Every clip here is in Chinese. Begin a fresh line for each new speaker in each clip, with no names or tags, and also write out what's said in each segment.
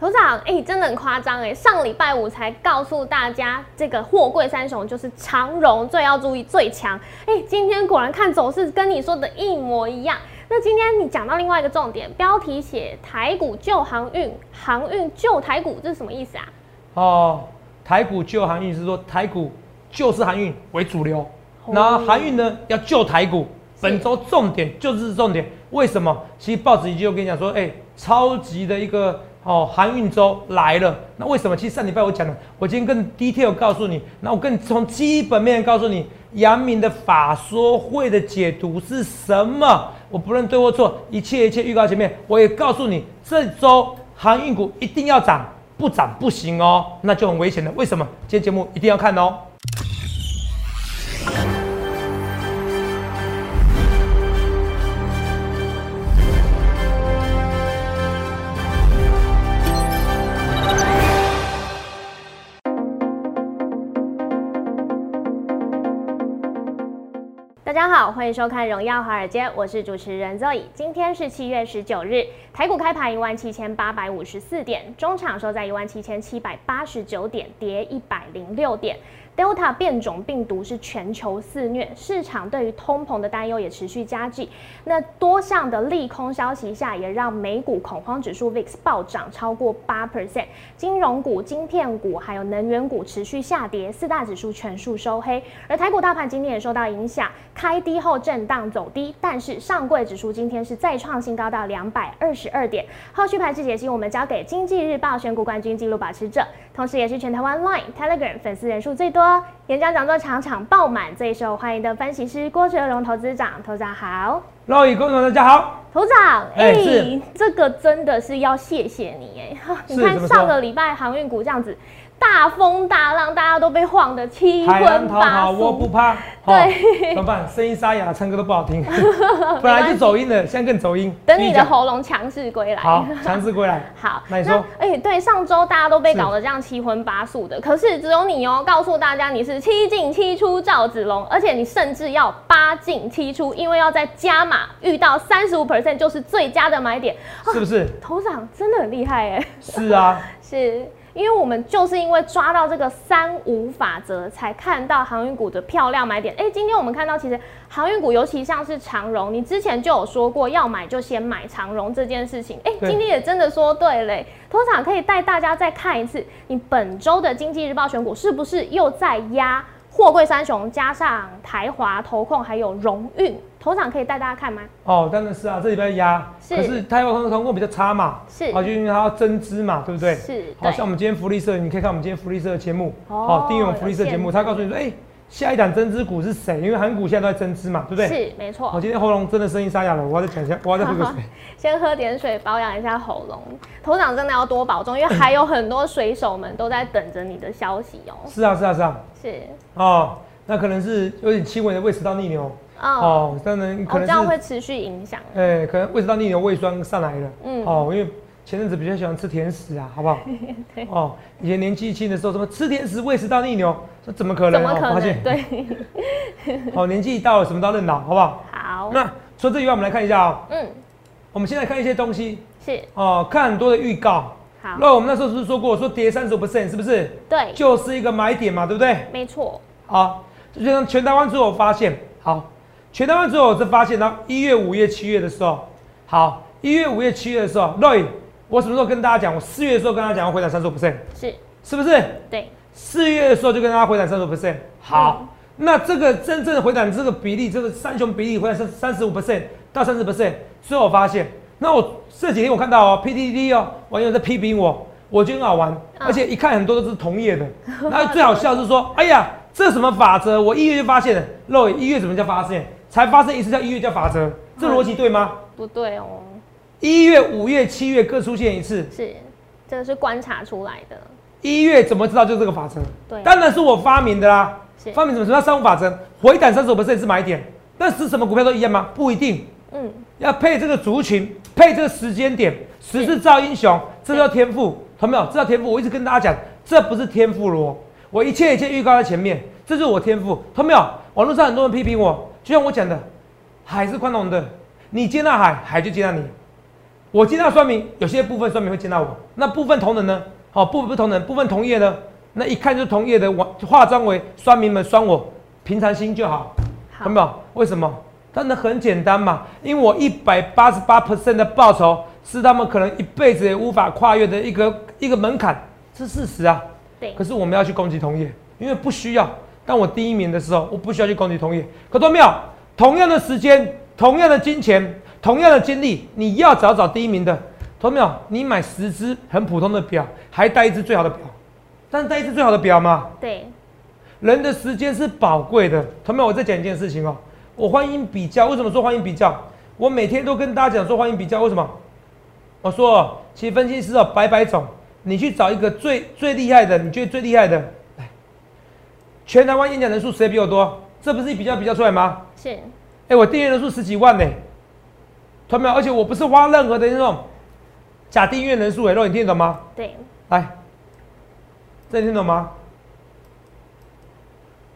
头长，哎、真的很夸张哎！上礼拜五才告诉大家，这个货柜三雄就是长荣最要注意最强。哎、今天果然看走势跟你说的一模一样。那今天你讲到另外一个重点，标题写台股救航运，航运救台股，这是什么意思啊？
哦，台股救航运是说台股就是航运为主流，
哦
那航运呢要救台股。本周重点就是重点，为什么？其实报纸已经有跟你讲说，哎、超级的一个哦航运周来了。那为什么？其实上礼拜我讲了，我今天更 detail 告诉你，那我更从基本面告诉你，阳明的法说会的解读是什么？我不论对或错，一切一切预告前面，我也告诉你，这周航运股一定要涨，不涨不行哦，那就很危险的。为什么？今天节目一定要看哦。
大家好，欢迎收看《荣耀华尔街》，我是主持人 Zoe。今天是七月十九日，台股开盘一万七千八百五十四点，中场收在一万七千七百八十九点，跌一百零六点。Delta 变种病毒是全球肆虐，市场对于通膨的担忧也持续加剧。那多项的利空消息下，也让美股恐慌指数 VIX 暴涨超过八 percent，金融股、晶片股还有能源股持续下跌，四大指数全数收黑。而台股大盘今天也受到影响，开低后震荡走低，但是上柜指数今天是再创新高到两百二十二点。后续盘势解析，我们交给《经济日报》选股冠军纪录保持者，同时也是全台湾 Line、Telegram 粉丝人数最多、演讲讲座场场爆满、最受欢迎的分析师郭哲荣投资长，投资长好。
各位观众大家好，
头长，哎、
哎是
这个真的是要谢谢你哎、 哈你
是
看
怎么说
上个礼拜航运股这样子大风大浪，大家都被晃得七
海岸
荤
逃跑
八
我不
素。
怕，好、怎么办？声音沙哑，唱歌都不好 听，本来就走音了，现在更走音。
等你
继续
的
讲
喉咙强势归来。
好，尝试归 来。
好，
那你说
哎、对，上周大家都被
是
搞得这样七荤八素的，可是只有你哦、告诉大家你是七进七出赵子龙，而且你甚至要八进七出，因为要在加码遇到三十五 percent 就是最佳的买点。
是不是？
头长真的很厉害哎、
是啊，
是因为我们就是因为抓到这个三无法则，才看到航运股的漂亮买点。哎、今天我们看到其实航运股，尤其像是长荣，你之前就有说过要买就先买长荣这件事情。哎、
对
今天也真的说对嘞、通常可以带大家再看一次，你本周的经济日报选股是不是又在压货柜三雄，加上台华、投控还有荣运，头场可以带大家看吗？
哦，当然是啊，这礼拜压，
是
可是太阳通通过比较差嘛，
是
啊，就因为它要增资嘛，对不对？
是
好
对
像我们今天福利社，你可以看我们今天福利社的节目，
哦
好，订阅我们福利社的节
有
目，
限
它告诉你说，哎，下一档增资股是谁？因为韩股现在都在增资嘛，对不对？
是，没错。
我今天喉咙真的声音沙哑了，我要再讲一下，我要 再喝个水。
先喝点水保养一下喉咙。头长真的要多保重，因为还有很多水手们都在等着你的消息哦、
是啊，是啊，是啊，
是，
哦，那可能是有点轻微的胃食道逆流，
哦，
哦，当然
哦，
可
这
能
样
是
会持续影响。
哎、可能胃食道逆流、胃酸上来了。
嗯
哦，因为前阵子比较喜欢吃甜食啊，好不好？
对
哦，以前年纪轻的时候，什么吃甜食胃食道逆流，这怎么可能？
怎么
哦
可
发
能？
现
对，
哦，年纪到了，什么都要认老，好不好？
好，
那除了这以外，我们来看一下哦，
嗯，
我们先来看一些东西
是，
哦，看很多的预告。
好，
那我们那时候是不是说过，说跌三十 percent 是不是？
对，
就是一个买点嘛，对不对？
没错，
好，就像全台湾之后发现，好，全台湾之后我是发现到一月、五月、七月的时候，好，一月、五月、七月的时候，Roy，我什么时候跟大家讲？我四月的时候跟大家讲，我回档三十 percent，
是，
是不是？
对，
四月的时候就跟大家回档三十 percent，好。那这个真正的回档这个比例，这个三雄比例回档三三十五 percent 到三十 percent，所以我发现，那我这几天我看到哦，PDD 哦，网友在批评我，我觉得很好玩，而且一看很多都是同业的，那最好笑是说，哎呀，这什么法则？我一月就发现了，肉眼一月怎么叫发现？才发生一次叫一月叫法则，这逻辑对吗？
不对哦、
一月、五月、七月各出现一次，
是，这个是观察出来的，
一月怎么知道就是这个法则？
对啊
当然是我发明的啦
是。
发明什么？什么叫三五法则？回档三十五 percent 是买点，但是什么股票都一样吗？不一定，
嗯，
要配这个族群，配这个时间点，时势造英雄，这叫天赋，懂没有？这叫天赋。我一直跟大家讲，这不是天赋罗，我一切一切预告在前面，这是我天赋，懂没有？网络上很多人批评我，就像我讲的，海是宽容的，你接纳海，海就接纳你。我接到酸民，有些部分酸民会见到我，那部分同仁呢？好、部分不同仁，部分同业呢？那一看就是同业的，我化妆为酸民们酸我，平常心就好，
好
懂没有？为什么？当然很简单嘛，因为我一百八十八 percent 的报酬是他们可能一辈子也无法跨越的一个一个门槛，这是事实啊。
对
可，是我们要去攻击同业，因为不需要。当我第一名的时候，我不需要去攻击同业。可都没有，同样的时间、同样的金钱、同样的精力，你要找找第一名的。同没有，你买十只很普通的表，还带一只最好的表，但是带一只最好的表嘛，
对，
人的时间是宝贵的。同没有，我再讲一件事情哦，我欢迎比较。为什么说欢迎比较？我每天都跟大家讲说欢迎比较，为什么？我说哦，其实分析师哦，百百种，你去找一个最最厉害的，你觉得最厉害的，来，全台湾演讲人数谁比我多？这不是比较比较出来吗？
是，
哎、我订阅人数十几万呢、团没有？而且我不是花任何的那种假订阅人数哎、肉你听得懂吗？
对，
来，这哎你听懂吗？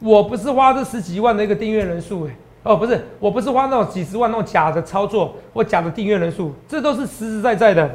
我不是花这十几万的一个订阅人数、哎，哦，不是，我不是花那种几十万那种假的操作或假的订阅人数，这都是实实在在的。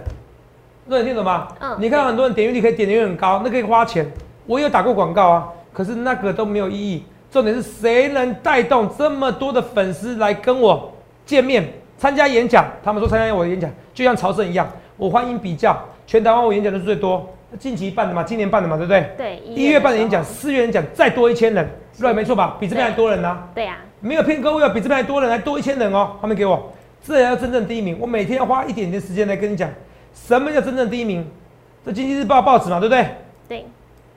那你听懂吗？
嗯
你啊看很多人点阅率可以点阅率很高，那可以花钱，我也有打过广告啊，可是那个都没有意义。重点是谁能带动这么多的粉丝来跟我见面、参加演讲？他们说参加我的演讲，就像朝圣一样，我欢迎比较，全台湾我演讲人数最多，近期办的嘛，今年办的嘛，对不对？
对，
一月办的演讲，
时
四月演讲再多一千人，对，没错吧？比这边还多人呢、
候，对啊，
没有骗各位啊，比这边还多人，还多一千人哦。他们给我，这才叫真正第一名。我每天要花一点点时间来跟你讲，什么叫真正第一名？这《经济日报》报纸嘛，对不对？
对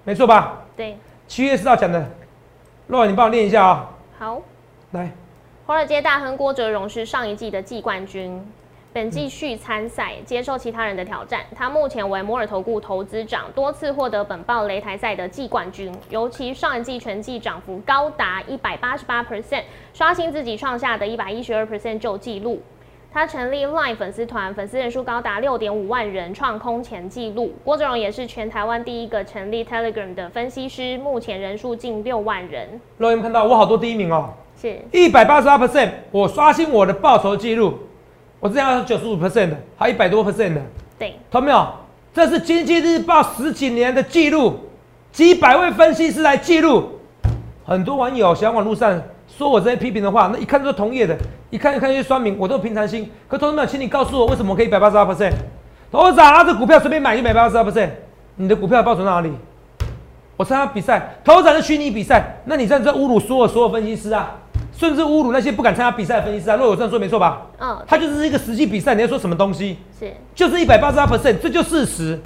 没错吧？
对，
七月四号讲的，若你帮我念一下啊、
好。
来，
华尔街大亨郭哲荣是上一季的季冠军，本季续参赛，接受其他人的挑战。他目前为摩尔投顾投资长，多次获得本报擂台赛的季冠军，尤其上一季全季涨幅高达一百八十八 percent，刷新自己创下的一百一十二 percent 旧纪录。他成立 LINE 粉丝团，粉丝人数高达六点五万人，创空前纪录。郭哲荣也是全台湾第一个成立 Telegram 的分析师，目前人数近六万人。
若你们看到我好多第一名哦，
是
一百八十八 percent，我刷新我的报酬记录，我之前要九十五 percent 的，还一百多 percent 的。
对，
同没有？这是《经济日报》十几年的记录，几百位分析师来记录。很多网友想往路上说我这些批评的话，那一看就是同业的，一看一看就是酸民，我都有平常心。可同志们，请你告诉我，为什么我可以一百八十八 percent？董事长，他这股票随便买就买八十八 percent，你的股票报酬哪里？我参加比赛，头场是虚拟比赛，那你这样在侮辱所有所有分析师啊，甚至侮辱那些不敢参加比赛的分析师啊。若我这样说没错吧？
嗯，
它就是一个实际比赛，你要说什么东西？
是。
就是一百八十八 percent，这就事实。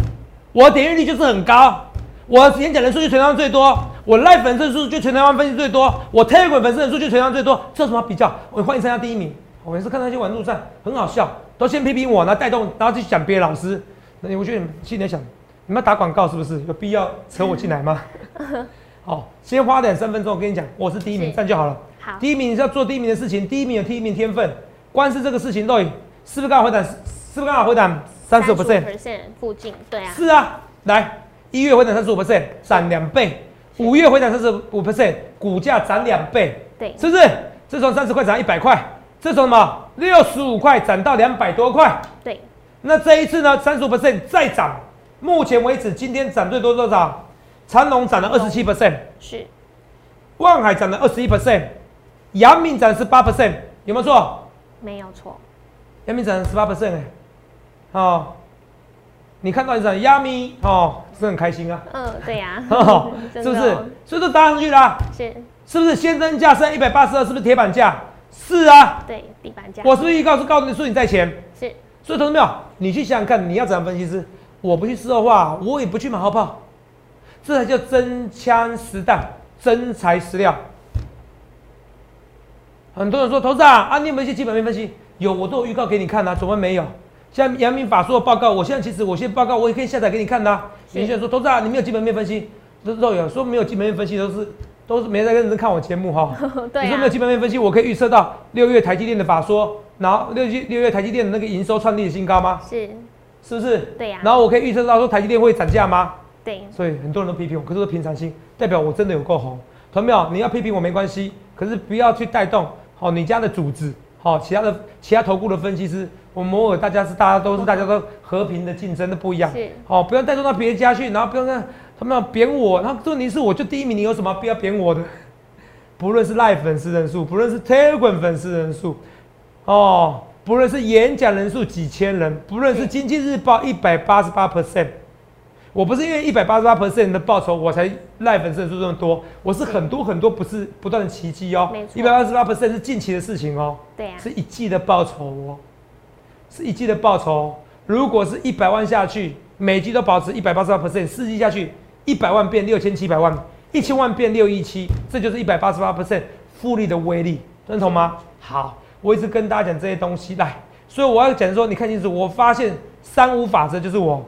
我的点阅率就是很高，我的演讲人数就全台湾最多，我 live 粉丝人数就全台湾分析最多，我 Telegram 粉丝人数就全台湾最多，这有什么好比较？我欢迎参加第一名。我每次看那些网络上很好笑，都先批评我，然后带动，然后去讲别的老师。那你我觉得你们心里在想，你们要打广告是不是？有必要扯我进来吗？好，先花点三分钟，我跟你讲，我是第一名，
是
这样就好了。
好
第一名你是要做第一名的事情，第一名有第一名天分。光是这个事情，到底是不是刚好回档？是不是刚好回档三十 percent？
percent 附近，对啊，
是啊，来一月回档三十五 percent，涨两倍；五月回档三十五 percent，股价涨两倍，
对
是不是？这从三十块涨一百块，这从什么六十五块涨到两百多块。
对，
那这一次呢，三十五 percent 再涨，目前为止今天涨最多多少？长隆涨了二十七 percent。
是，
万海涨了二十一 percent，阳明涨十八 percent，有没有错？
没有错，
阳明涨十八 percent 哎，哦，你看到你涨阳明哦，是很开心 啊，
嗯，对 呀、，
哦
真
是
的
不是
哦？
所以都搭上去啦、
是，
是不是？先增价剩一百八十二，是不是铁板价？是啊，
对，地板价，
我是不是预告是告诉你说你在前？
是，
所以同志们，你去想想看，你要怎样分析师？我不去事后话，我也不去马后炮，这才叫真枪实弹、真材实料。很多人说，头长啊，你有没有一些基本面分析？有，我都有预告给你看啊，怎么没有？像阳明法硕的报告，我现在其实我现在报告我也可以下载给你看的、啊。
是
有些人说，头长你没有基本面分析，都都有说没有基本面分析都是都是没在认真看我节目哈。
对
你说
啊
没有，基本面分析，我可以预测到六月台积电的法说，然后六月六月台积电的那个营收创历史新高吗？
是，
是不是？
对啊呀
然后我可以预测到说台积电会涨价吗？
对，
所以很多人都批评我，可是我平常心，代表我真的有够红。同没有？你要批评我没关系，可是不要去带动好、你家的组织，好、其他的其他投顾的分析师我摩尔大家是大家都是大家都和平的竞争，那不一样。
是
好、不要再弄到别人家去，然后不要让他们要贬我，然后问题是我就第一名，你有什么必要贬我的？ 不论是 Live 粉丝人数，不论是 Telegram 粉丝人数，哦，不论是演讲人数几千人，不论是
是
《经济日报》一百八十八 percent，我不是因为一百八十八 percent 的报酬我才 Live 粉丝人数这么多，我是很多很多不是不断的奇迹哦
没，错
一百八十八 percent 是近期的事情哦，
对啊呀、
是一季的报酬哦，是一季的报酬哦。如果是一百万下去，每季都保持一百八十八 percent，四季下去，一百万变六千七百万，一千万变六亿七，这就是一百八十八 percent 复利的威力，认同吗？好，我一直跟大家讲这些东西来，所以我要讲说，你看清楚，我发现三无法则就是我，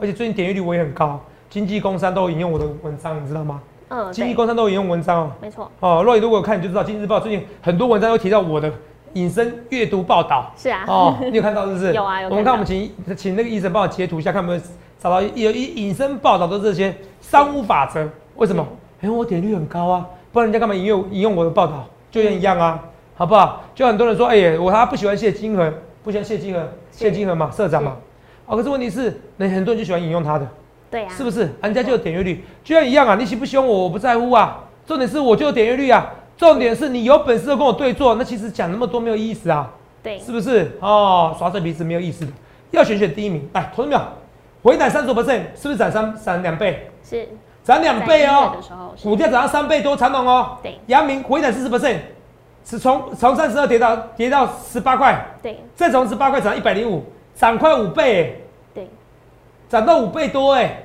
而且最近点阅率我也很高，经济工商都有引用我的文章，你知道吗？
嗯，
经济
对，
工商都有引用文章哦。
没错，
哦，若你如果有看，你就知道《经济日报》最近很多文章都提到我的隐身阅读报道。
是啊，
哦，你有看到是不是？
有啊有看到
我们看，我们请请那个医生帮我截图一下，看有没有找到有一隐身报道都是这些三无法则。为什么？
嗯
因为我点率很高啊，不然人家干嘛引用引用我的报道？就一样啊，好不好？就很多人说，哎、呀，我他不喜欢谢金河，不喜欢谢金河，谢金河嘛，社长嘛。哦，可是问题是，那很多人就喜欢引用他的。
对呀、
是不是？啊人家就有点阅率，就像一样啊，你喜不喜欢我，我不在乎啊。重点是我就有点阅率啊，重点是你有本事就跟我对坐，那其实讲那么多没有意思啊，
对，
是不是？哦，耍嘴皮子没有意思的，要选选第一名。来，同志们，回档三十 percent，是不是涨三涨两倍？
是
涨两倍
在一
哦
月的，时候是
股价涨到三倍多，长隆哦，
对
阳明回档四十 percent，是从从三十二跌到跌到十八块，
对
再从十八块涨一百零五，涨快五倍耶、
对
涨到五倍多哎、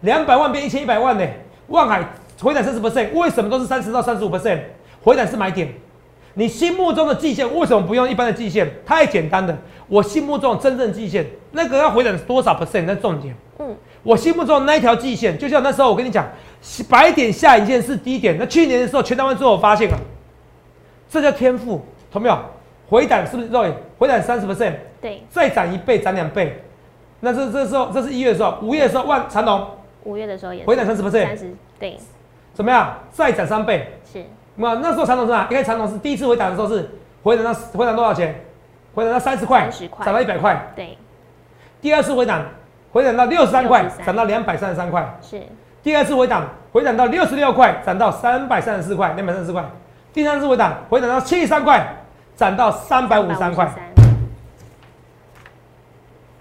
两百万变一千一百万呢、万海回档三十 percent，为什么都是三十到三十五 percent？回档是买点。你心目中的季线为什么不用一般的季线？太简单了。我心目中的真正季线，那个要回档多少 percent？那重点。
嗯，
我心目中的那一条季线，就像那时候我跟你讲，白点下影线是低点。那去年的时候，全台湾最后我发现啊，这叫天赋，懂没有？回档是不是肉眼？回档三十 percent，
对，
再涨一倍，涨两倍。那这这时候，这是一月的时候，五月的时候，万长隆
五月的时候也
回档三十
三
percent，
十，对，
怎么样？再涨三倍。
是
那那时候长隆是哪？因为长隆是第一次回档的时候是回档到回档多少钱？回档到三十块，
30块
涨到一百块。
对
第二次回档，回档到六十三块，
63
涨到两百三十三块。
是，
第二次回档，回档到六十六块，涨到三百三十四块，两百三十四块。第三次回档，回档到七十三块，涨到三百五十三块。
353，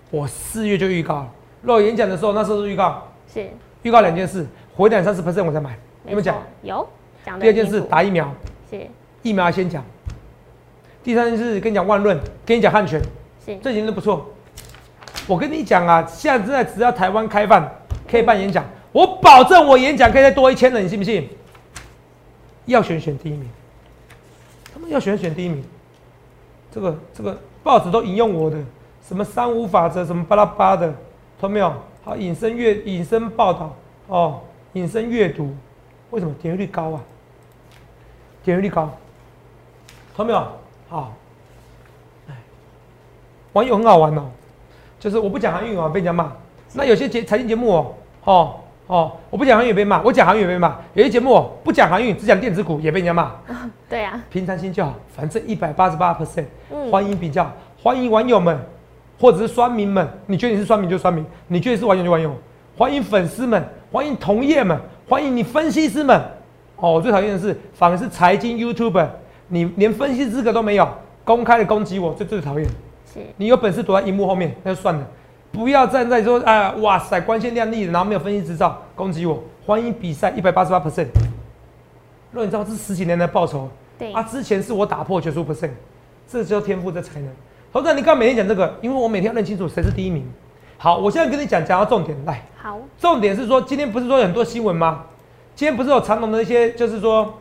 我四月就预告了，露演讲的时候，那时候是预告，
是
预告两件事，回档三十 percent 我才买。你
没
们
错
讲。，
有讲得
第二件
清
事
楚
打疫苗，
是
疫苗要先讲。第三件事跟你讲万润，跟你讲汉泉，
是
这几天都不错。我跟你讲啊，现在只要台湾开放，可以办演讲，我保证我演讲可以再多一千人，你信不信？要选选第一名，他们要选选第一名。这个这个报纸都引用我的，什么三无法则，什么巴拉巴的，看到没有？好，隐身阅隐身报道哦，隐身阅读，为什么点阅率高啊？点阅率高，看到没有？好，网友很好玩哦，就是我不讲韩语啊，被人家骂。那有些节财经节目哦，哦哦，我不讲韩语也被骂，我讲韩语也被骂。有些节目哦，不讲韩语只讲电子股也被人家骂。
对啊，
平常心就好，反正一百八十八 percent，
嗯
欢迎比较，欢迎网友们，或者是酸民们，你觉得你是酸民就酸民，你觉得你是网友就网友，欢迎粉丝们，欢迎同业们，欢迎你分析师们。哦，我最讨厌的是，反而是财经 YouTuber，你连分析资格都没有，公开的攻击我，这最讨厌。
是
你有本事躲在荧幕后面，那就算了，不要站在说啊、哇塞，光鲜亮丽，然后没有分析执照攻击我。欢迎比赛一百八十八 percent，若你知道这是十几年来的报酬，
对
啊，之前是我打破九十五 percent，这叫天赋，这才能。头仔，你干嘛每天讲这个？因为我每天要认清楚谁是第一名。好，我现在跟你讲，讲到重点来。
好
重点是说，今天不是说有很多新闻吗？今天不是有长隆的一些，就是说，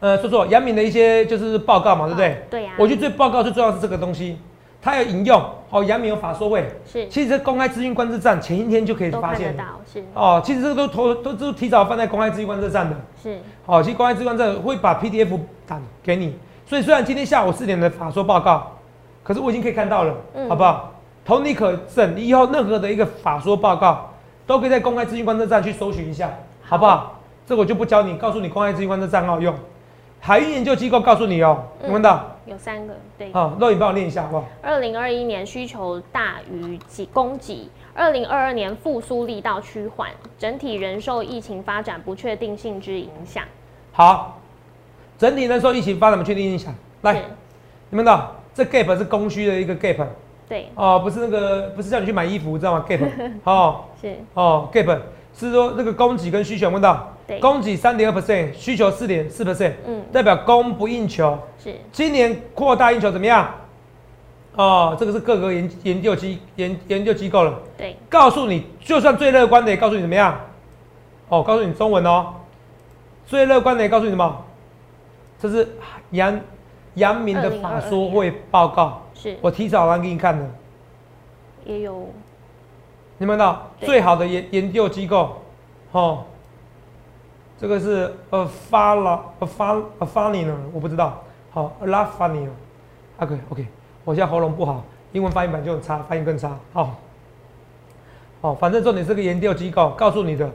呃，说说杨敏的一些就是报告嘛，对不对？
啊对呀
我觉得最报告最重要的是这个东西，它有引用哦，杨敏有法说会，
是
其实这公开资讯观测站前一天就可以
都
发
看
现
得
了
到，是
哦，其实这个都投都都提早放在公开资讯观测站的。
是
好、哦其实公安机关这会把 PDF 档给你，所以虽然今天下午四点的法说报告，可是我已经可以看到了，
嗯
好不好？同理可证，你以后任何的一个法说报告，都可以在公开资讯观测站去搜寻一下，好不好？这个我就不教你，告诉你公开资讯观测站好用。海运研究机构告诉你哦，
嗯
你问到
有三个对。
好，肉眼帮我念一下好不好？
二零二一年需求大于给供给，二零二二年复苏力道趋缓，整体仍受疫情发展不确定性之影响。
好，整体呢受疫情发展不确定影响，来，
是
你们的这 gap 是供需的一个 gap
对，
哦，不是那个不是叫你去买衣服，知道吗？gap 哦
是，
哦 gap 是说那个供给跟需求，有没有问到
对
供给三点二 percent，需求四点四 percent，
嗯，
代表供不应求。
是，
今年扩大应求怎么样？哦，这个是各个研研究机研研究机构了。
对，
告诉你，就算最乐观的也告诉你怎么样？哦，告诉你中文哦，最乐观的也告诉你什么？这是杨杨明的法说会报告，
是，
我提早来给你看的。
也有，
你们看到
对
最好的研研究机构，哦，这个是呃发了呃发呃发你呢，我不知道，好拉发你呢，OK OK，我现在喉咙不好，英文发音版就很差，发音更差，好，好，反正重点是个研究机构告诉你的，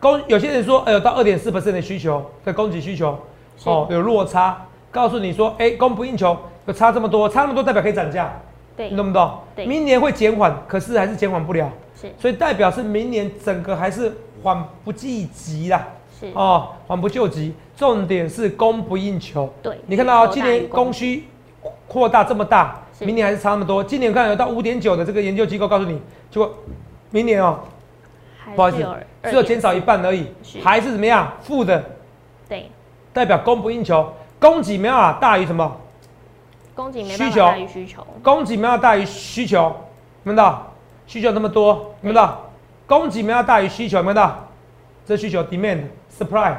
供有些人说，哎、呦，到二点四的需求的供给需求，
是
哦，有落差，告诉你说，哎、供不应求，有差这么多，差那么多代表可以涨价，
对
你，懂不懂？
对
明年会减缓，可是还是减缓不了，
是，
所以代表是明年整个还是缓不济急啦，
是，
哦，缓不救急。重点是供不应求。
对
你看到、哦、
需
今
求大于
年供需扩大这么大，
是
明年还是差那么多。今年看有到五点九的这个研究机构告诉你，结果明年哦，
还
不好意
是
思
有，二
只有
点
减少一半而已
是，
还是怎么样负的，
对，
代表供不应求，供给没有啊大于什么？
供给没
需
办法
求
大于需求，
供给没有大于需求，有没有看到？需求那么多，有没有看到？供给没有大于需求，有没有看到？这需求 demand supply，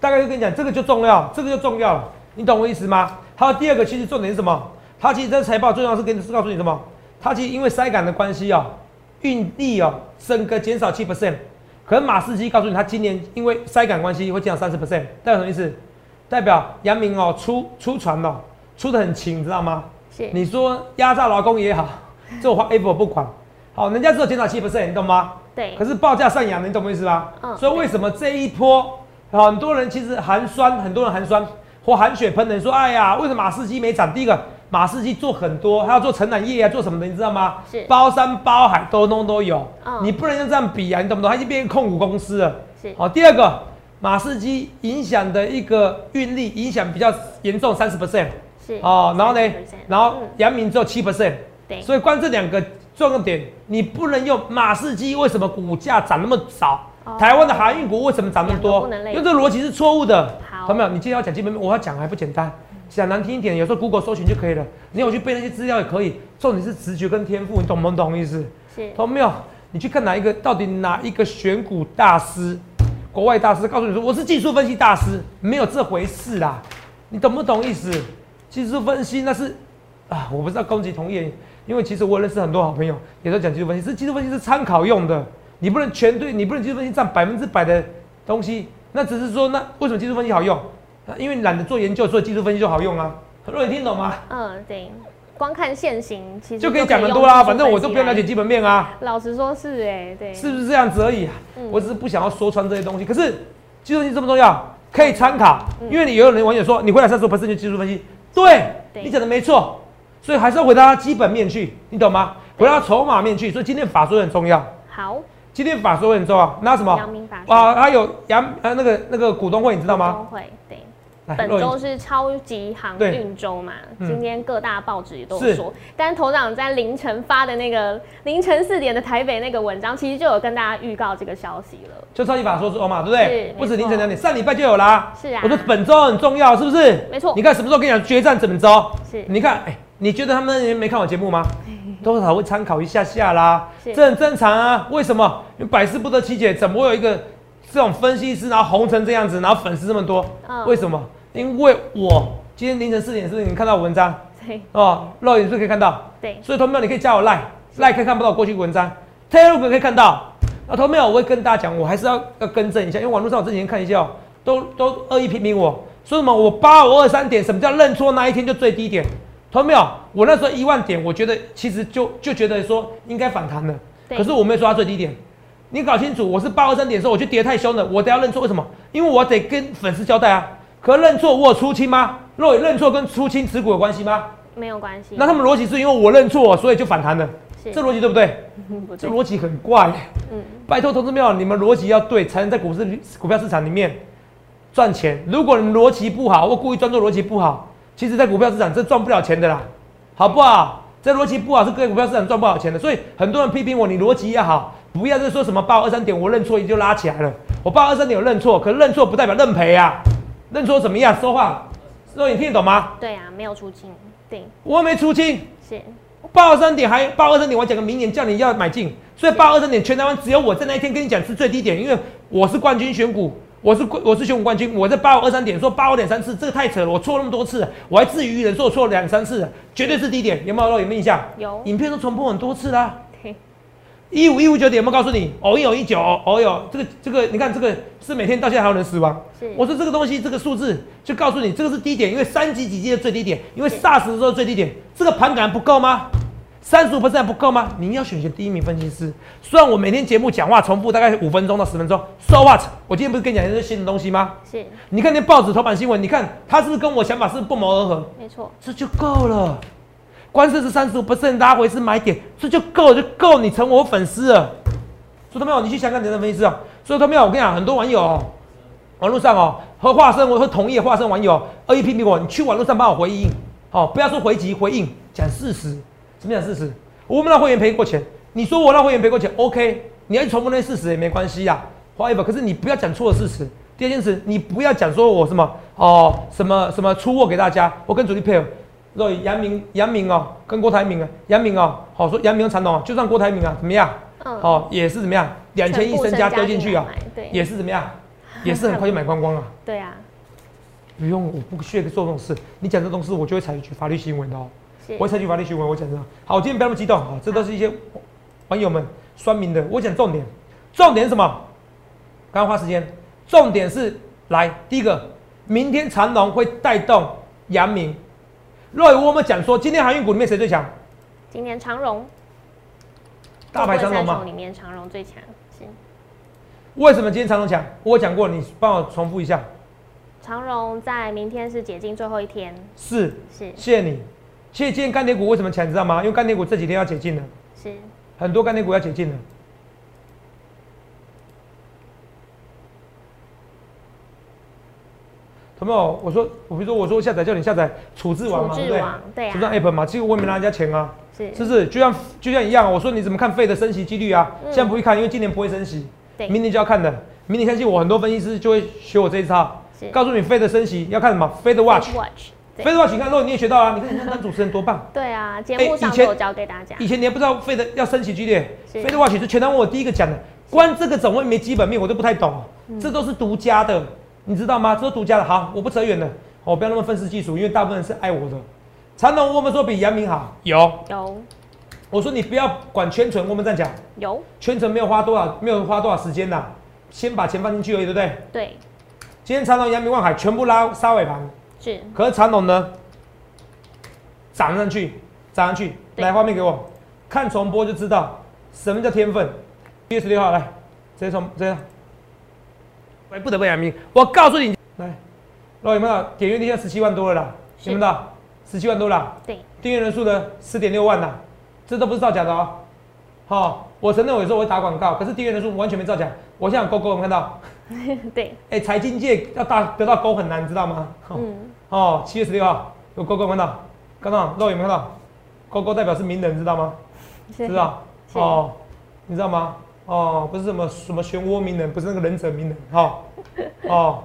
大概就跟你讲，这个就重要，这个就重要了，你懂我意思吗？还有第二个，其实重点是什么？它其实这财报重要是跟你是告诉你什么？它其实因为塞港的关系哦，运力哦，整个减少七 percent，可是马士基告诉你，它今年因为塞港关系会减少三十 percent，代表什么意思？代表阳明哦出出船哦出的很勤，你知道吗？
是，
你说压榨劳工也好，这我 a p p 不管，好，人家只有减少七 percent，你懂吗？
对
可，是报价上扬，你懂我意思吧？
嗯
所以为什么这一波很多人其实寒酸，很多人寒酸或含血喷人说，哎呀，为什么马士基没涨？第一个，马士基做很多，他要做承揽业啊，做什么的，你知道吗？
是
包山包海，都通都有。
嗯
你不能用这样比啊，你懂不懂？它已经变成控股公司了。
是，
好，第二个，马士基影响的一个运力影响比较严重，三十 percent。
是，
哦，然后呢
30%，
然后
嗯
阳明只有七 percent，
对，
所以光这两个重点，你不能用马士基为什么股价涨那么少，
哦
台湾的航运股为什么涨那
两
么
个
多
不能，类
因为这个逻辑是错误的。
好
没有？你今天要讲基本面，我要讲还不简单，讲难听一点，有时候 Google 搜寻就可以了，你有去背那些资料也可以，重点是直觉跟天赋，你懂不懂意思？
是，
懂没有？你去看哪一个，到底哪一个选股大师，国外大师告诉你说我是技术分析大师，没有这回事啦，你懂不懂意思？技术分析那是啊，我不知道攻击同业，因为其实我认识很多好朋友也都讲技术分析，是技术分析是参考用的，你不能全对，你不能技术分析占百分之百的东西，那只是说那为什么技术分析好用？啊因为懒得做研究，所以技术分析就好用啊。若你听懂吗？
嗯，对，光看现行其实
就可以讲很多啦，反正我都不用了解
用技术分析啊
基本面啊。
来。老实说，是哎，对，
是不是这样子而已啊？
嗯
我只是不想要说穿这些东西。可是技术分析这么重要，可以参考，
嗯
因为你也有人网友说你回来三十 p e 就技术分析，对
对
你讲的没错，所以还是要回到它基本面去，你懂吗？回到筹码面去，所以今天法说很重要，
好，
今天法说很重要。那什么
阳明法说
啊？还有杨呃那个那个股东会，你知道吗？
都会对。
来
本
肉眼
周是超级航运周嘛，
嗯
今天各大报纸也都有
是
说，但头长在凌晨发的那个凌晨四点的台北那个文章，其实就有跟大家预告这个消息了。
就超级法说之后嘛，对不对
是？
不止
没错
凌晨两点，上礼拜就有啦。
是啊
我说本周很重要，是不是？
没错
你看什么时候跟你讲决战本周？
是
你看，哎，你觉得他们没看我节目吗？多少会参考一下下啦
是，
这很正常啊。为什么？因为百思不得其解，怎么会有一个这种分析师，然后红成这样子，然后粉丝这么多？
嗯
为什么？因为我今天凌晨四点，是不是你看到我文章
对
哦？肉眼是不是可以看到？
对，
所以投票你可以加我 line line 可以看不到我过去文章，Telegram 可以看到。那投票我会跟大家讲，我还是要要更正一下，因为网络上我之前看一下、哦，都都恶意批评我说什么我八五二三点，什么叫认错那一天就最低点？投票我那时候一万点，我觉得其实就就觉得说应该反弹了，
对
可是我没有说它最低点。你搞清楚，我是八二三点的时候，我就跌太凶了，我得要认错。为什么？因为我得跟粉丝交代啊。可认错，我有出清吗？若伟认错跟出清持股有关系吗？
没有关系。
那他们逻辑是因为我认错，所以就反弹了，
啊是
这逻辑对不对？
嗯不
这
对，
逻辑很怪、
嗯，
拜托投资票，你们逻辑要对，才能在股市里股票市场里面赚钱。如果你们逻辑不好，或故意装作逻辑不好，其实在股票市场这赚不了钱的啦，好不好？这逻辑不好是各股票市场赚不了钱的，所以很多人批评我，你逻辑要好，不要再说什么报二三点我认错也就拉起来了。我报二三点有认错，可认错不代表认赔啊，认错怎么样？说话，肉你听得懂吗？
对啊，没有出清，对，
我又没出清，
是，
八二三点还八二三点，我讲个名言，叫你要买进。所以八二三点，全台湾只有我在那一天跟你讲是最低点，因为我是冠军选股，我是冠我是选股冠军，我在八五二三点说八五点三次，这个太扯了，我错那么多次了，我还自娱于人，说我错了两三次了，绝对是低点，有没有肉？有没有印象？
有
影片都重播很多次啦、
对，
一五一五九点有没有告诉你？偶一偶一九，偶有这个这个，你看这个是每天到现在还有人死亡
是。
我说这个东西这个数字就告诉你这个是低点，因为三级几级的最低点，因为 SARS 的时候最低点，这个盘感不够吗？三十五不够吗？你要选选第一名分析师。虽然我每天节目讲话重复大概五分钟到十分钟，So what？我今天不是跟你讲一些新的东西吗？
是，
你看那报纸头版新闻，你看它是不是跟我想法是不是不谋而合？
没错，
这就够了。关税是三十五 percent 拉回是买点，这就够了，就够你成我粉丝了。所以，朋友，你去想看你的分析师啊。所以，朋友，我跟你讲，很多网友、哦，网络上哦和化身，我会同意的化身网友恶意批评我，你去网络上帮我回应，哦，不要说回击回应，讲事实，什么讲事实？我们让会员赔过钱，你说我让会员赔过钱，OK，你要去重复那些事实也没关系呀、啊、，however，可是你不要讲错的事实。第二件事，你不要讲说我什么哦什么什么出货给大家，我跟主力配合。所以杨明杨明哦，跟郭台铭啊，杨明哦，好、说杨明跟长董哦，就算郭台铭啊，怎么样？
嗯
哦，也是怎么样？两千亿身家丢进去啊
全部身家进来买，对
也是怎么样？也是很快就买光光了、
对啊，
不用，我不屑做这种事。你讲这种事，我就会采取法律行为的哦。
是
我会采取法律行为，我讲真的。好，我今天不要那么激动啊，这都是一些网友们酸民的。我讲重点，重点是什么？刚刚花时间，重点是来第一个，明天长隆会带动阳明。若有我们讲说，今天航运股里面谁最强？
今年长荣，
大牌长隆
三
吗
重？里面长荣最强，是
为什么今天长隆强？我讲过，你帮我重复一下。
长荣在明天是解禁最后一天，
是，
是
谢谢你。谢谢今天钢铁股为什么强，你知道吗？因为钢铁股这几天要解禁了。
是，
很多概念股要解禁了。同没有？我说，我比如说，我说下载叫你下载处置网嘛，
处
对
置
不对
网？对啊
处置网 app 嘛，其实我也没拿人家钱啊，
是
是不是？就像就像一样，啊我说你怎么看费的升息几率啊？
嗯
现在不会看，因为今年不会升息，
对
明年就要看的。明年相信我，很多分析师就会学我这一套
是，
告诉你费的升息要看什么，费的 watch，
watch，
费
对
的 watch，你看，如果你也学到啊，你看你看当主持人多棒。
对啊，节
哎
目
以
上都
前
有教给大家，
以前你还不知道费的要升息剧烈，
是
费的 watch 是全台湾我第一个讲的，关这个总会没基本面我都不太懂，啊
嗯
这都是独家的，你知道吗？这都独家的。好，我不扯远了，哦我不要那么愤世嫉俗，因为大部分人是爱我的。长隆我们说比阳明好，有
有
我说你不要管圈存，我们这样讲，
有
圈存没有花多少，没有花多少时间呐、先把钱放进去而已，对不对？
对
今天长隆、阳明、万海全部拉杀尾盘，
是
可是长隆呢，涨上去，涨上去，
对
来画面给我，看重播就知道什么叫天分。一月十六号来，直接从这样，来不得不讲明，我告诉你，来，老有没有点阅率现在十七万多了啦，
是
有没有到？十七万多啦，
对
订阅人数呢四点六万啦，这都不是造假的哦。好、我承认我有时候会打广告，可是订阅人数完全没造假。我现在有勾勾，有没有看到？
对，
哎、财经界要大得到勾很难，知道吗？哦
嗯
哦，七月十六号有勾勾有没有看到，看到肉有没有看到？勾勾代表是名人，知道吗？
是
知道
是
哦，你知道吗？哦，不是什么什么漩涡名人，不是那个忍者名人，哈、哦，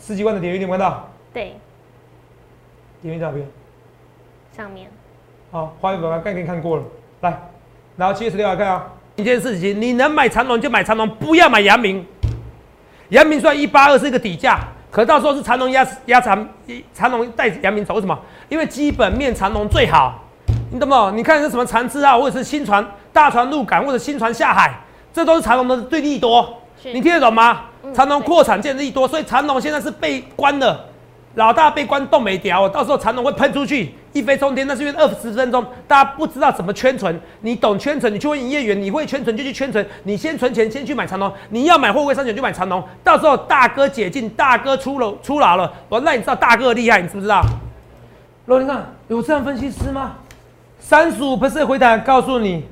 十几万的点阅率有没有看到？
对
点阅率在哪边？
上面
好、花一百万刚给你看过了，来，然后七月十六号看啊。一件事情，你能买长隆就买长隆，不要买阳明。阳明虽然一八二是一个底价，可到时候是长隆压压长长隆带阳明走，为什么？因为基本面长隆最好，你懂不懂？你看是什么长资啊，或者是新船大船入港，或者新船下海，这都是长隆的最利多。
是
你听得懂吗？
嗯
长隆
对
扩产见利多，所以长隆现在是被关的，老大被关冻没掉，到时候长隆会喷出去一飞冲天。那是因为二十分钟大家不知道怎么圈存，你懂圈存，你去问营业员，你会圈存就去圈存，你先存钱先去买长隆，你要买货柜三险就买长隆，到时候大哥解禁，大哥出楼出牢了，我让你知道大哥的厉害，你知不知道？罗琳娜有这样分析师吗？三十五 percent 回档告诉你，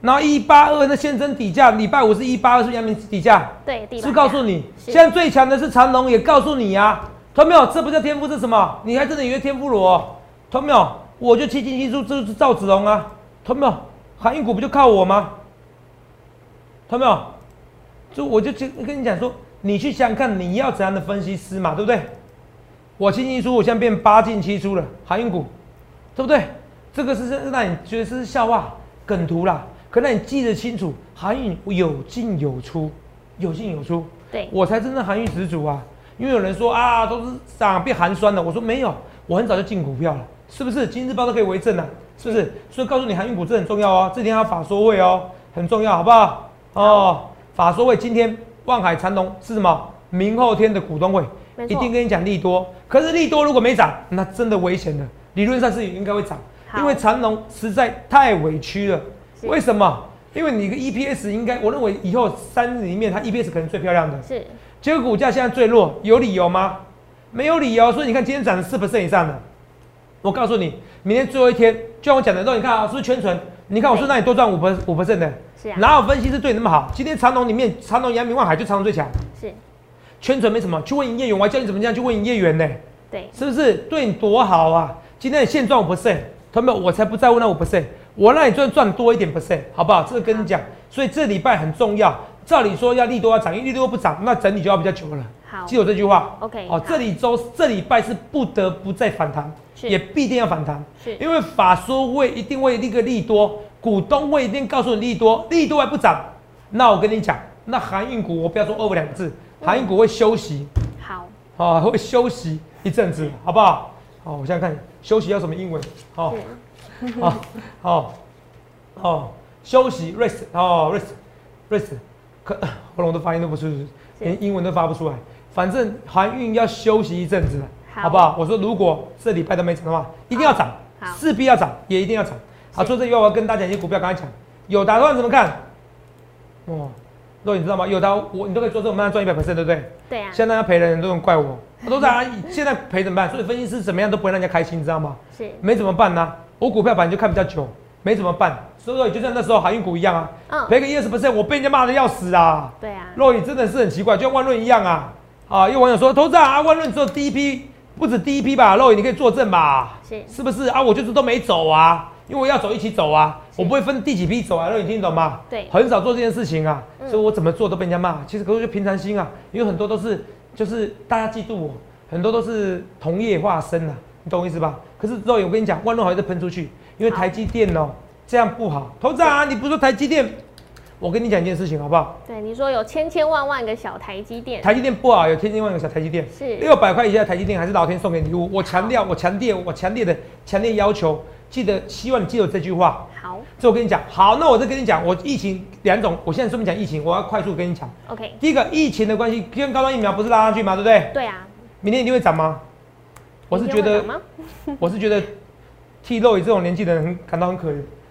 然后一八二那现增底价，礼拜五是一八二，是不是阳明底价，
对，地板
是不是告诉你，
是
现在最强的是长隆，也告诉你啊，同没有？这不叫天赋，这是什么？你还真的以为天赋罗、同没有？我就七进七出，这就是赵子龙啊，同没有？航运股不就靠我吗？同没有？就我就跟跟你讲说，你去想想看你要怎样的分析师嘛，对不对？我七进七出，我现在变八进七出了，航运股，对不对？这个是是让你觉得是笑话、梗图啦。可让你记得清楚，航运有进有出，有进有出。
对
我才真正含运十足啊！因为有人说啊，都是涨变寒酸了，我说没有，我很早就进股票了，是不是？今日报都可以为证啊，是不是？所以告诉你，航运股这很重要哦，这天要法说会哦，很重要，好不好？哦，法说会今天望海长隆是什么？明后天的股东会
没，错
一定跟你讲利多。可是利多如果没涨，那真的危险了。理论上是应该会涨，
好
因为长隆实在太委屈了。
是
为什么？因为你个 EPS 应该，我认为以后三里面它 EPS 可能最漂亮的，
是
结果股价现在最弱，有理由吗？没有理由。所以你看今天涨了四 percent 以上的，我告诉你，明天最后一天，就像我讲的，那你看啊，是不是全存？你看我说让你多赚五 p 五 percent 的，
是啊
哪有分析师对你那么好？今天长隆里面，长隆、阳明、万海就长隆最强，
是，
全存没什么。去问营业员，我还教你怎么样去问营业员呢、
对，
是不是对你多好啊？今天的现赚五 percent，同没有？我才不在乎那五 percent，我让你赚赚多一点 percent，好不好？这个跟你讲，所以这礼拜很重要。照理说要利多要涨，因为利多不涨，那整理就要比较久了。
好
记住我这句话。
OK，好
哦，这里周这礼拜是不得不再反弹，
是
也必定要反弹，
是
因为法说会一定会那个利多，股东会一定告诉你利多，利多还不涨，那我跟你讲，那航运股我不要说 over 两个字，
嗯
航运股会休息。
好，
啊，会休息一阵子，好不好？好，我想想看休息要什么英文？好
是，嗯
好，好，好，休息 rest 哦 rest rest，可喉咙的发音都不是，连英文都发不出来。反正航运要休息一阵子，
好
好不好？我说如果这礼拜都没涨的话，一定要涨
好，好
势必要涨，也一定要涨。好，
是
除了这以外，我要跟大家一些股票，刚才讲有达段怎么看？哦，肉你知道吗？有达我你都可以做这种慢慢赚一百 percent，对不对？
对啊，
现在要赔人，很多人怪我，我都在啊，现在赔怎么办？所以分析师怎么样都不会让人家开心，你知道吗？
是
没怎么办呢、我股票本来就看比较久，没怎么办，所以说也就像那时候航运股一样啊
嗯，
赔、个一二十 percent，我被人家骂的要死啊。
对啊，
若雨真的是很奇怪，就像万润一样啊，啊，有网友说，投资啊，万润只有第一批，不止第一批吧，若雨你可以作证吧？
是
是不是啊？我就是都没走啊，因为我要走一起走啊，
是
我不会分第几批走啊，若雨听懂吗？
对
很少做这件事情啊，
嗯
所以我怎么做都被人家骂。其实可是就平常心啊，因为很多都是就是大家嫉妒我，很多都是同业化身啊，你懂我意思吧？可是若雨我跟你讲，万润好像在喷出去，因为
好
台积电哦、这样不好。投资啊，你不是说台积电？我跟你讲一件事情好不好？
对，你说有千千万万个小台积电，
台积电不好，啊有天津万有小台积电，
是
六百块以下的台积电还是老天送给你礼物。我强调，我强烈，我强烈的强烈要求，记得希望你记得这句话。
好
这我跟你讲，好，那我再跟你讲，我疫情两种，我现在顺便讲疫情，我要快速跟你讲。
，OK，
第一个疫情的关系，跟高端疫苗不是拉上去吗？对不对？
对啊，
明天一定会涨吗？我是
明
觉
天会
得
涨，吗
我是觉得替肉以这种年纪的人很感到很可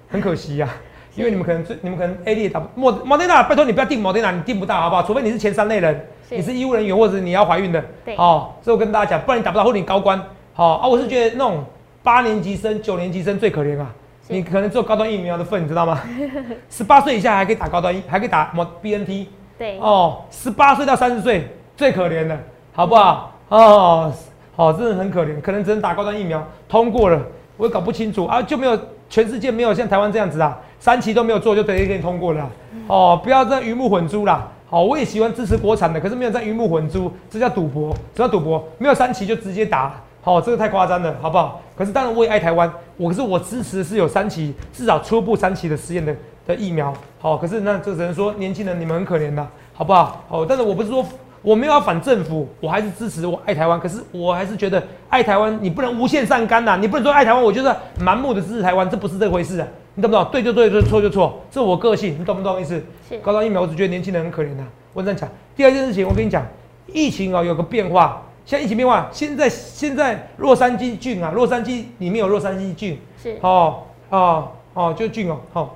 很可惜呀、啊因为你们可能最，你们可能 A D 打不莫莫天娜，拜托你不要订莫天娜，你订不到好不好？除非你是前三类人，
是
你是医务人员或者是你要怀孕的，
对
哦，所以我跟大家讲，不然你打不到，或者你高官，好、啊，我是觉得那种八年级生、九年级生最可怜啊，
是
你可能做高端疫苗的份，你知道吗？十八岁以下还可以打高端疫，还可以打莫 B N T，
对，
哦，十八岁到三十岁最可怜了，好不好？哦，好、真的很可怜，可能只能打高端疫苗通过了，我也搞不清楚啊，就没有全世界没有像台湾这样子啊，三期都没有做就等于给你通过了啊、哦，不要这样鱼目混珠啦。好、我也喜欢支持国产的，可是没有这样鱼目混珠，这叫赌博，这叫赌博，没有三期就直接打。好、这个太夸张了，好不好？可是当然我也爱台湾，我可是我支持是有三期，至少初步三期的实验的的疫苗。好、可是那这只能说年轻人你们很可怜呐、好不好？好、但是我不是说我没有要反政府，我还是支持我爱台湾。可是我还是觉得爱台湾你不能无限上纲呐、你不能说爱台湾我就是盲目的支持台湾，这不是这回事啊。你懂不懂？对就对，就错就错，这我个性，你懂不懂意思？
是
高端疫苗，我只觉得年轻人很可怜呐、我这样讲。第二件事情，我跟你讲，疫情哦有个变化，现在疫情变化，现在现在洛杉矶郡啊，洛杉矶里面有洛杉矶郡，
是
哦哦哦，就郡哦，好、哦，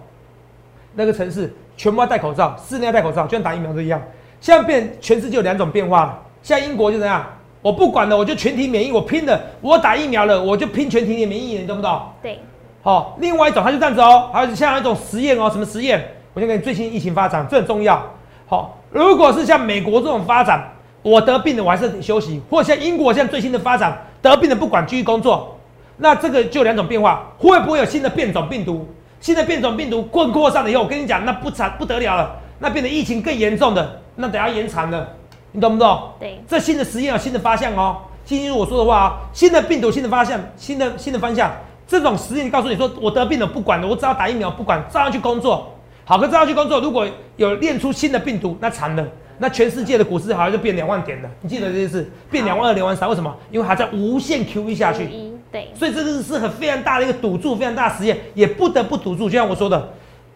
那个城市全部要戴口罩，室内要戴口罩，就像打疫苗都一样。现在变全世界有两种变化了，现在英国就怎样？我不管了，我就全体免疫，我拼了，我打疫苗了，我就拼全体免疫，你懂不懂？
对，
好、另外一种它就这样子哦，还有像一种实验哦，什么实验？我先给你最新疫情发展，这很重要。好、如果是像美国这种发展，我得病了我还是得休息，或者像英国现在最新的发展，得病了不管继续工作，那这个就有两种变化，会不会有新的变种病毒？新的变种病毒棍扩散了以后，我跟你讲，那不惨不得了了，那变得疫情更严重的，那等下延长了，你懂不懂？
对
这新的实验有新的发现哦。进入我说的话啊，新的病毒、新的发现、新的新的方向，这种实验告诉你说，我得病了不管了，我只要打疫苗不管，照样去工作。好，可照样去工作，如果有练出新的病毒，那惨了，那全世界的股市好像就变两万点了。你记得这件事，变两万二、两万三，为什么？因为还在无限 Q E 下去。
一对
所以这个是很非常大的一个赌注，非常大的实验，也不得不赌注。就像我说的，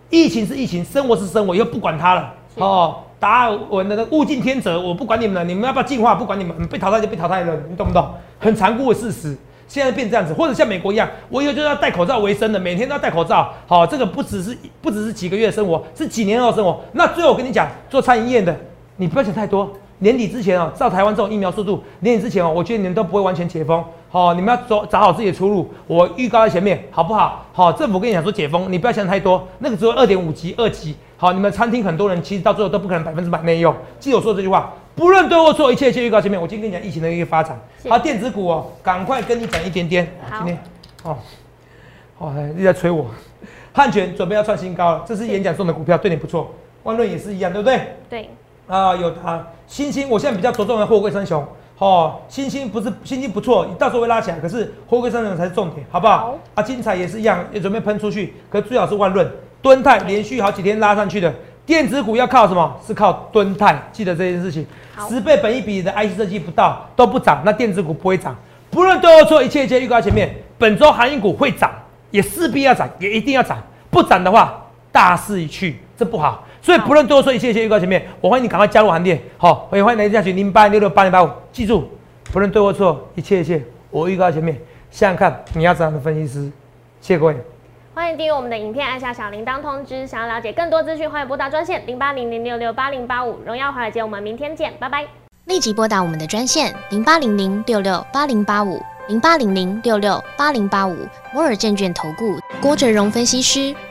疫情是疫情，生活是生活，以后不管它了。
是
哦，达尔文的那个物竞天择，我不管你们了，你们要不要进化，不管你们，被淘汰就被淘汰了，你懂不懂？很残酷的事实。现在变这样子，或者像美国一样，我以后就要戴口罩为生的，每天都要戴口罩。好、这个不只是不只是几个月的生活，是几年后的生活。那最后我跟你讲，做餐饮业的，你不要想太多。年底之前哦，照台湾这种疫苗速度，年底之前哦，我觉得你们都不会完全解封。好、你们要找找好自己的出路。我预告在前面，好不好？好、政府跟你讲说解封，你不要想太多，那个只有二点五级、二级。好，你们餐厅很多人其实到最后都不可能百分之百内用。记得我说这句话，不论对或错，一切一切预告前面。我今天跟你讲疫情的一个发展，
是
好，电子股哦，赶快跟你讲一点点。
好
今天哦，哦，一直在催我。汉泉准备要创新高了，这是
是
演讲送的股票，对你不错。万润也是一样，对不对？
对
啊、有啊，星星，我现在比较着重于货柜三雄。哦，星星不是星星不错，到时候会拉起来，可是货柜三雄才是重点，好不好？
好
啊，精彩也是一样，也准备喷出去，可最好是万润、敦泰连续好几天拉上去的。电子股要靠什么？是靠敦泰，记得这件事情
好。
十倍本一比的 IC 设计不到都不涨，那电子股不会涨。不论对或错，一切一切预告前面，本周航运股会涨，也势必要涨，也一定要涨。不涨的话，大势已去，这不好。所以
好
不论对或错，一切一切预告前面，我欢迎你赶快加入行列。好，我也欢迎来电下去零八六六八零八五，记住，不论对或错，一切一切我预告前面。想想看，你要怎样的分析师？谢谢各位。
欢迎订阅我们的影片，按下小铃铛通知。想要了解更多资讯，欢迎拨打专线零八零零六六八零八五。荣耀华尔街，我们明天见，拜拜。
立即拨打我们的专线零八零零六六八零八五零八零零六六八零八五摩尔证券投顾郭哲荣分析师。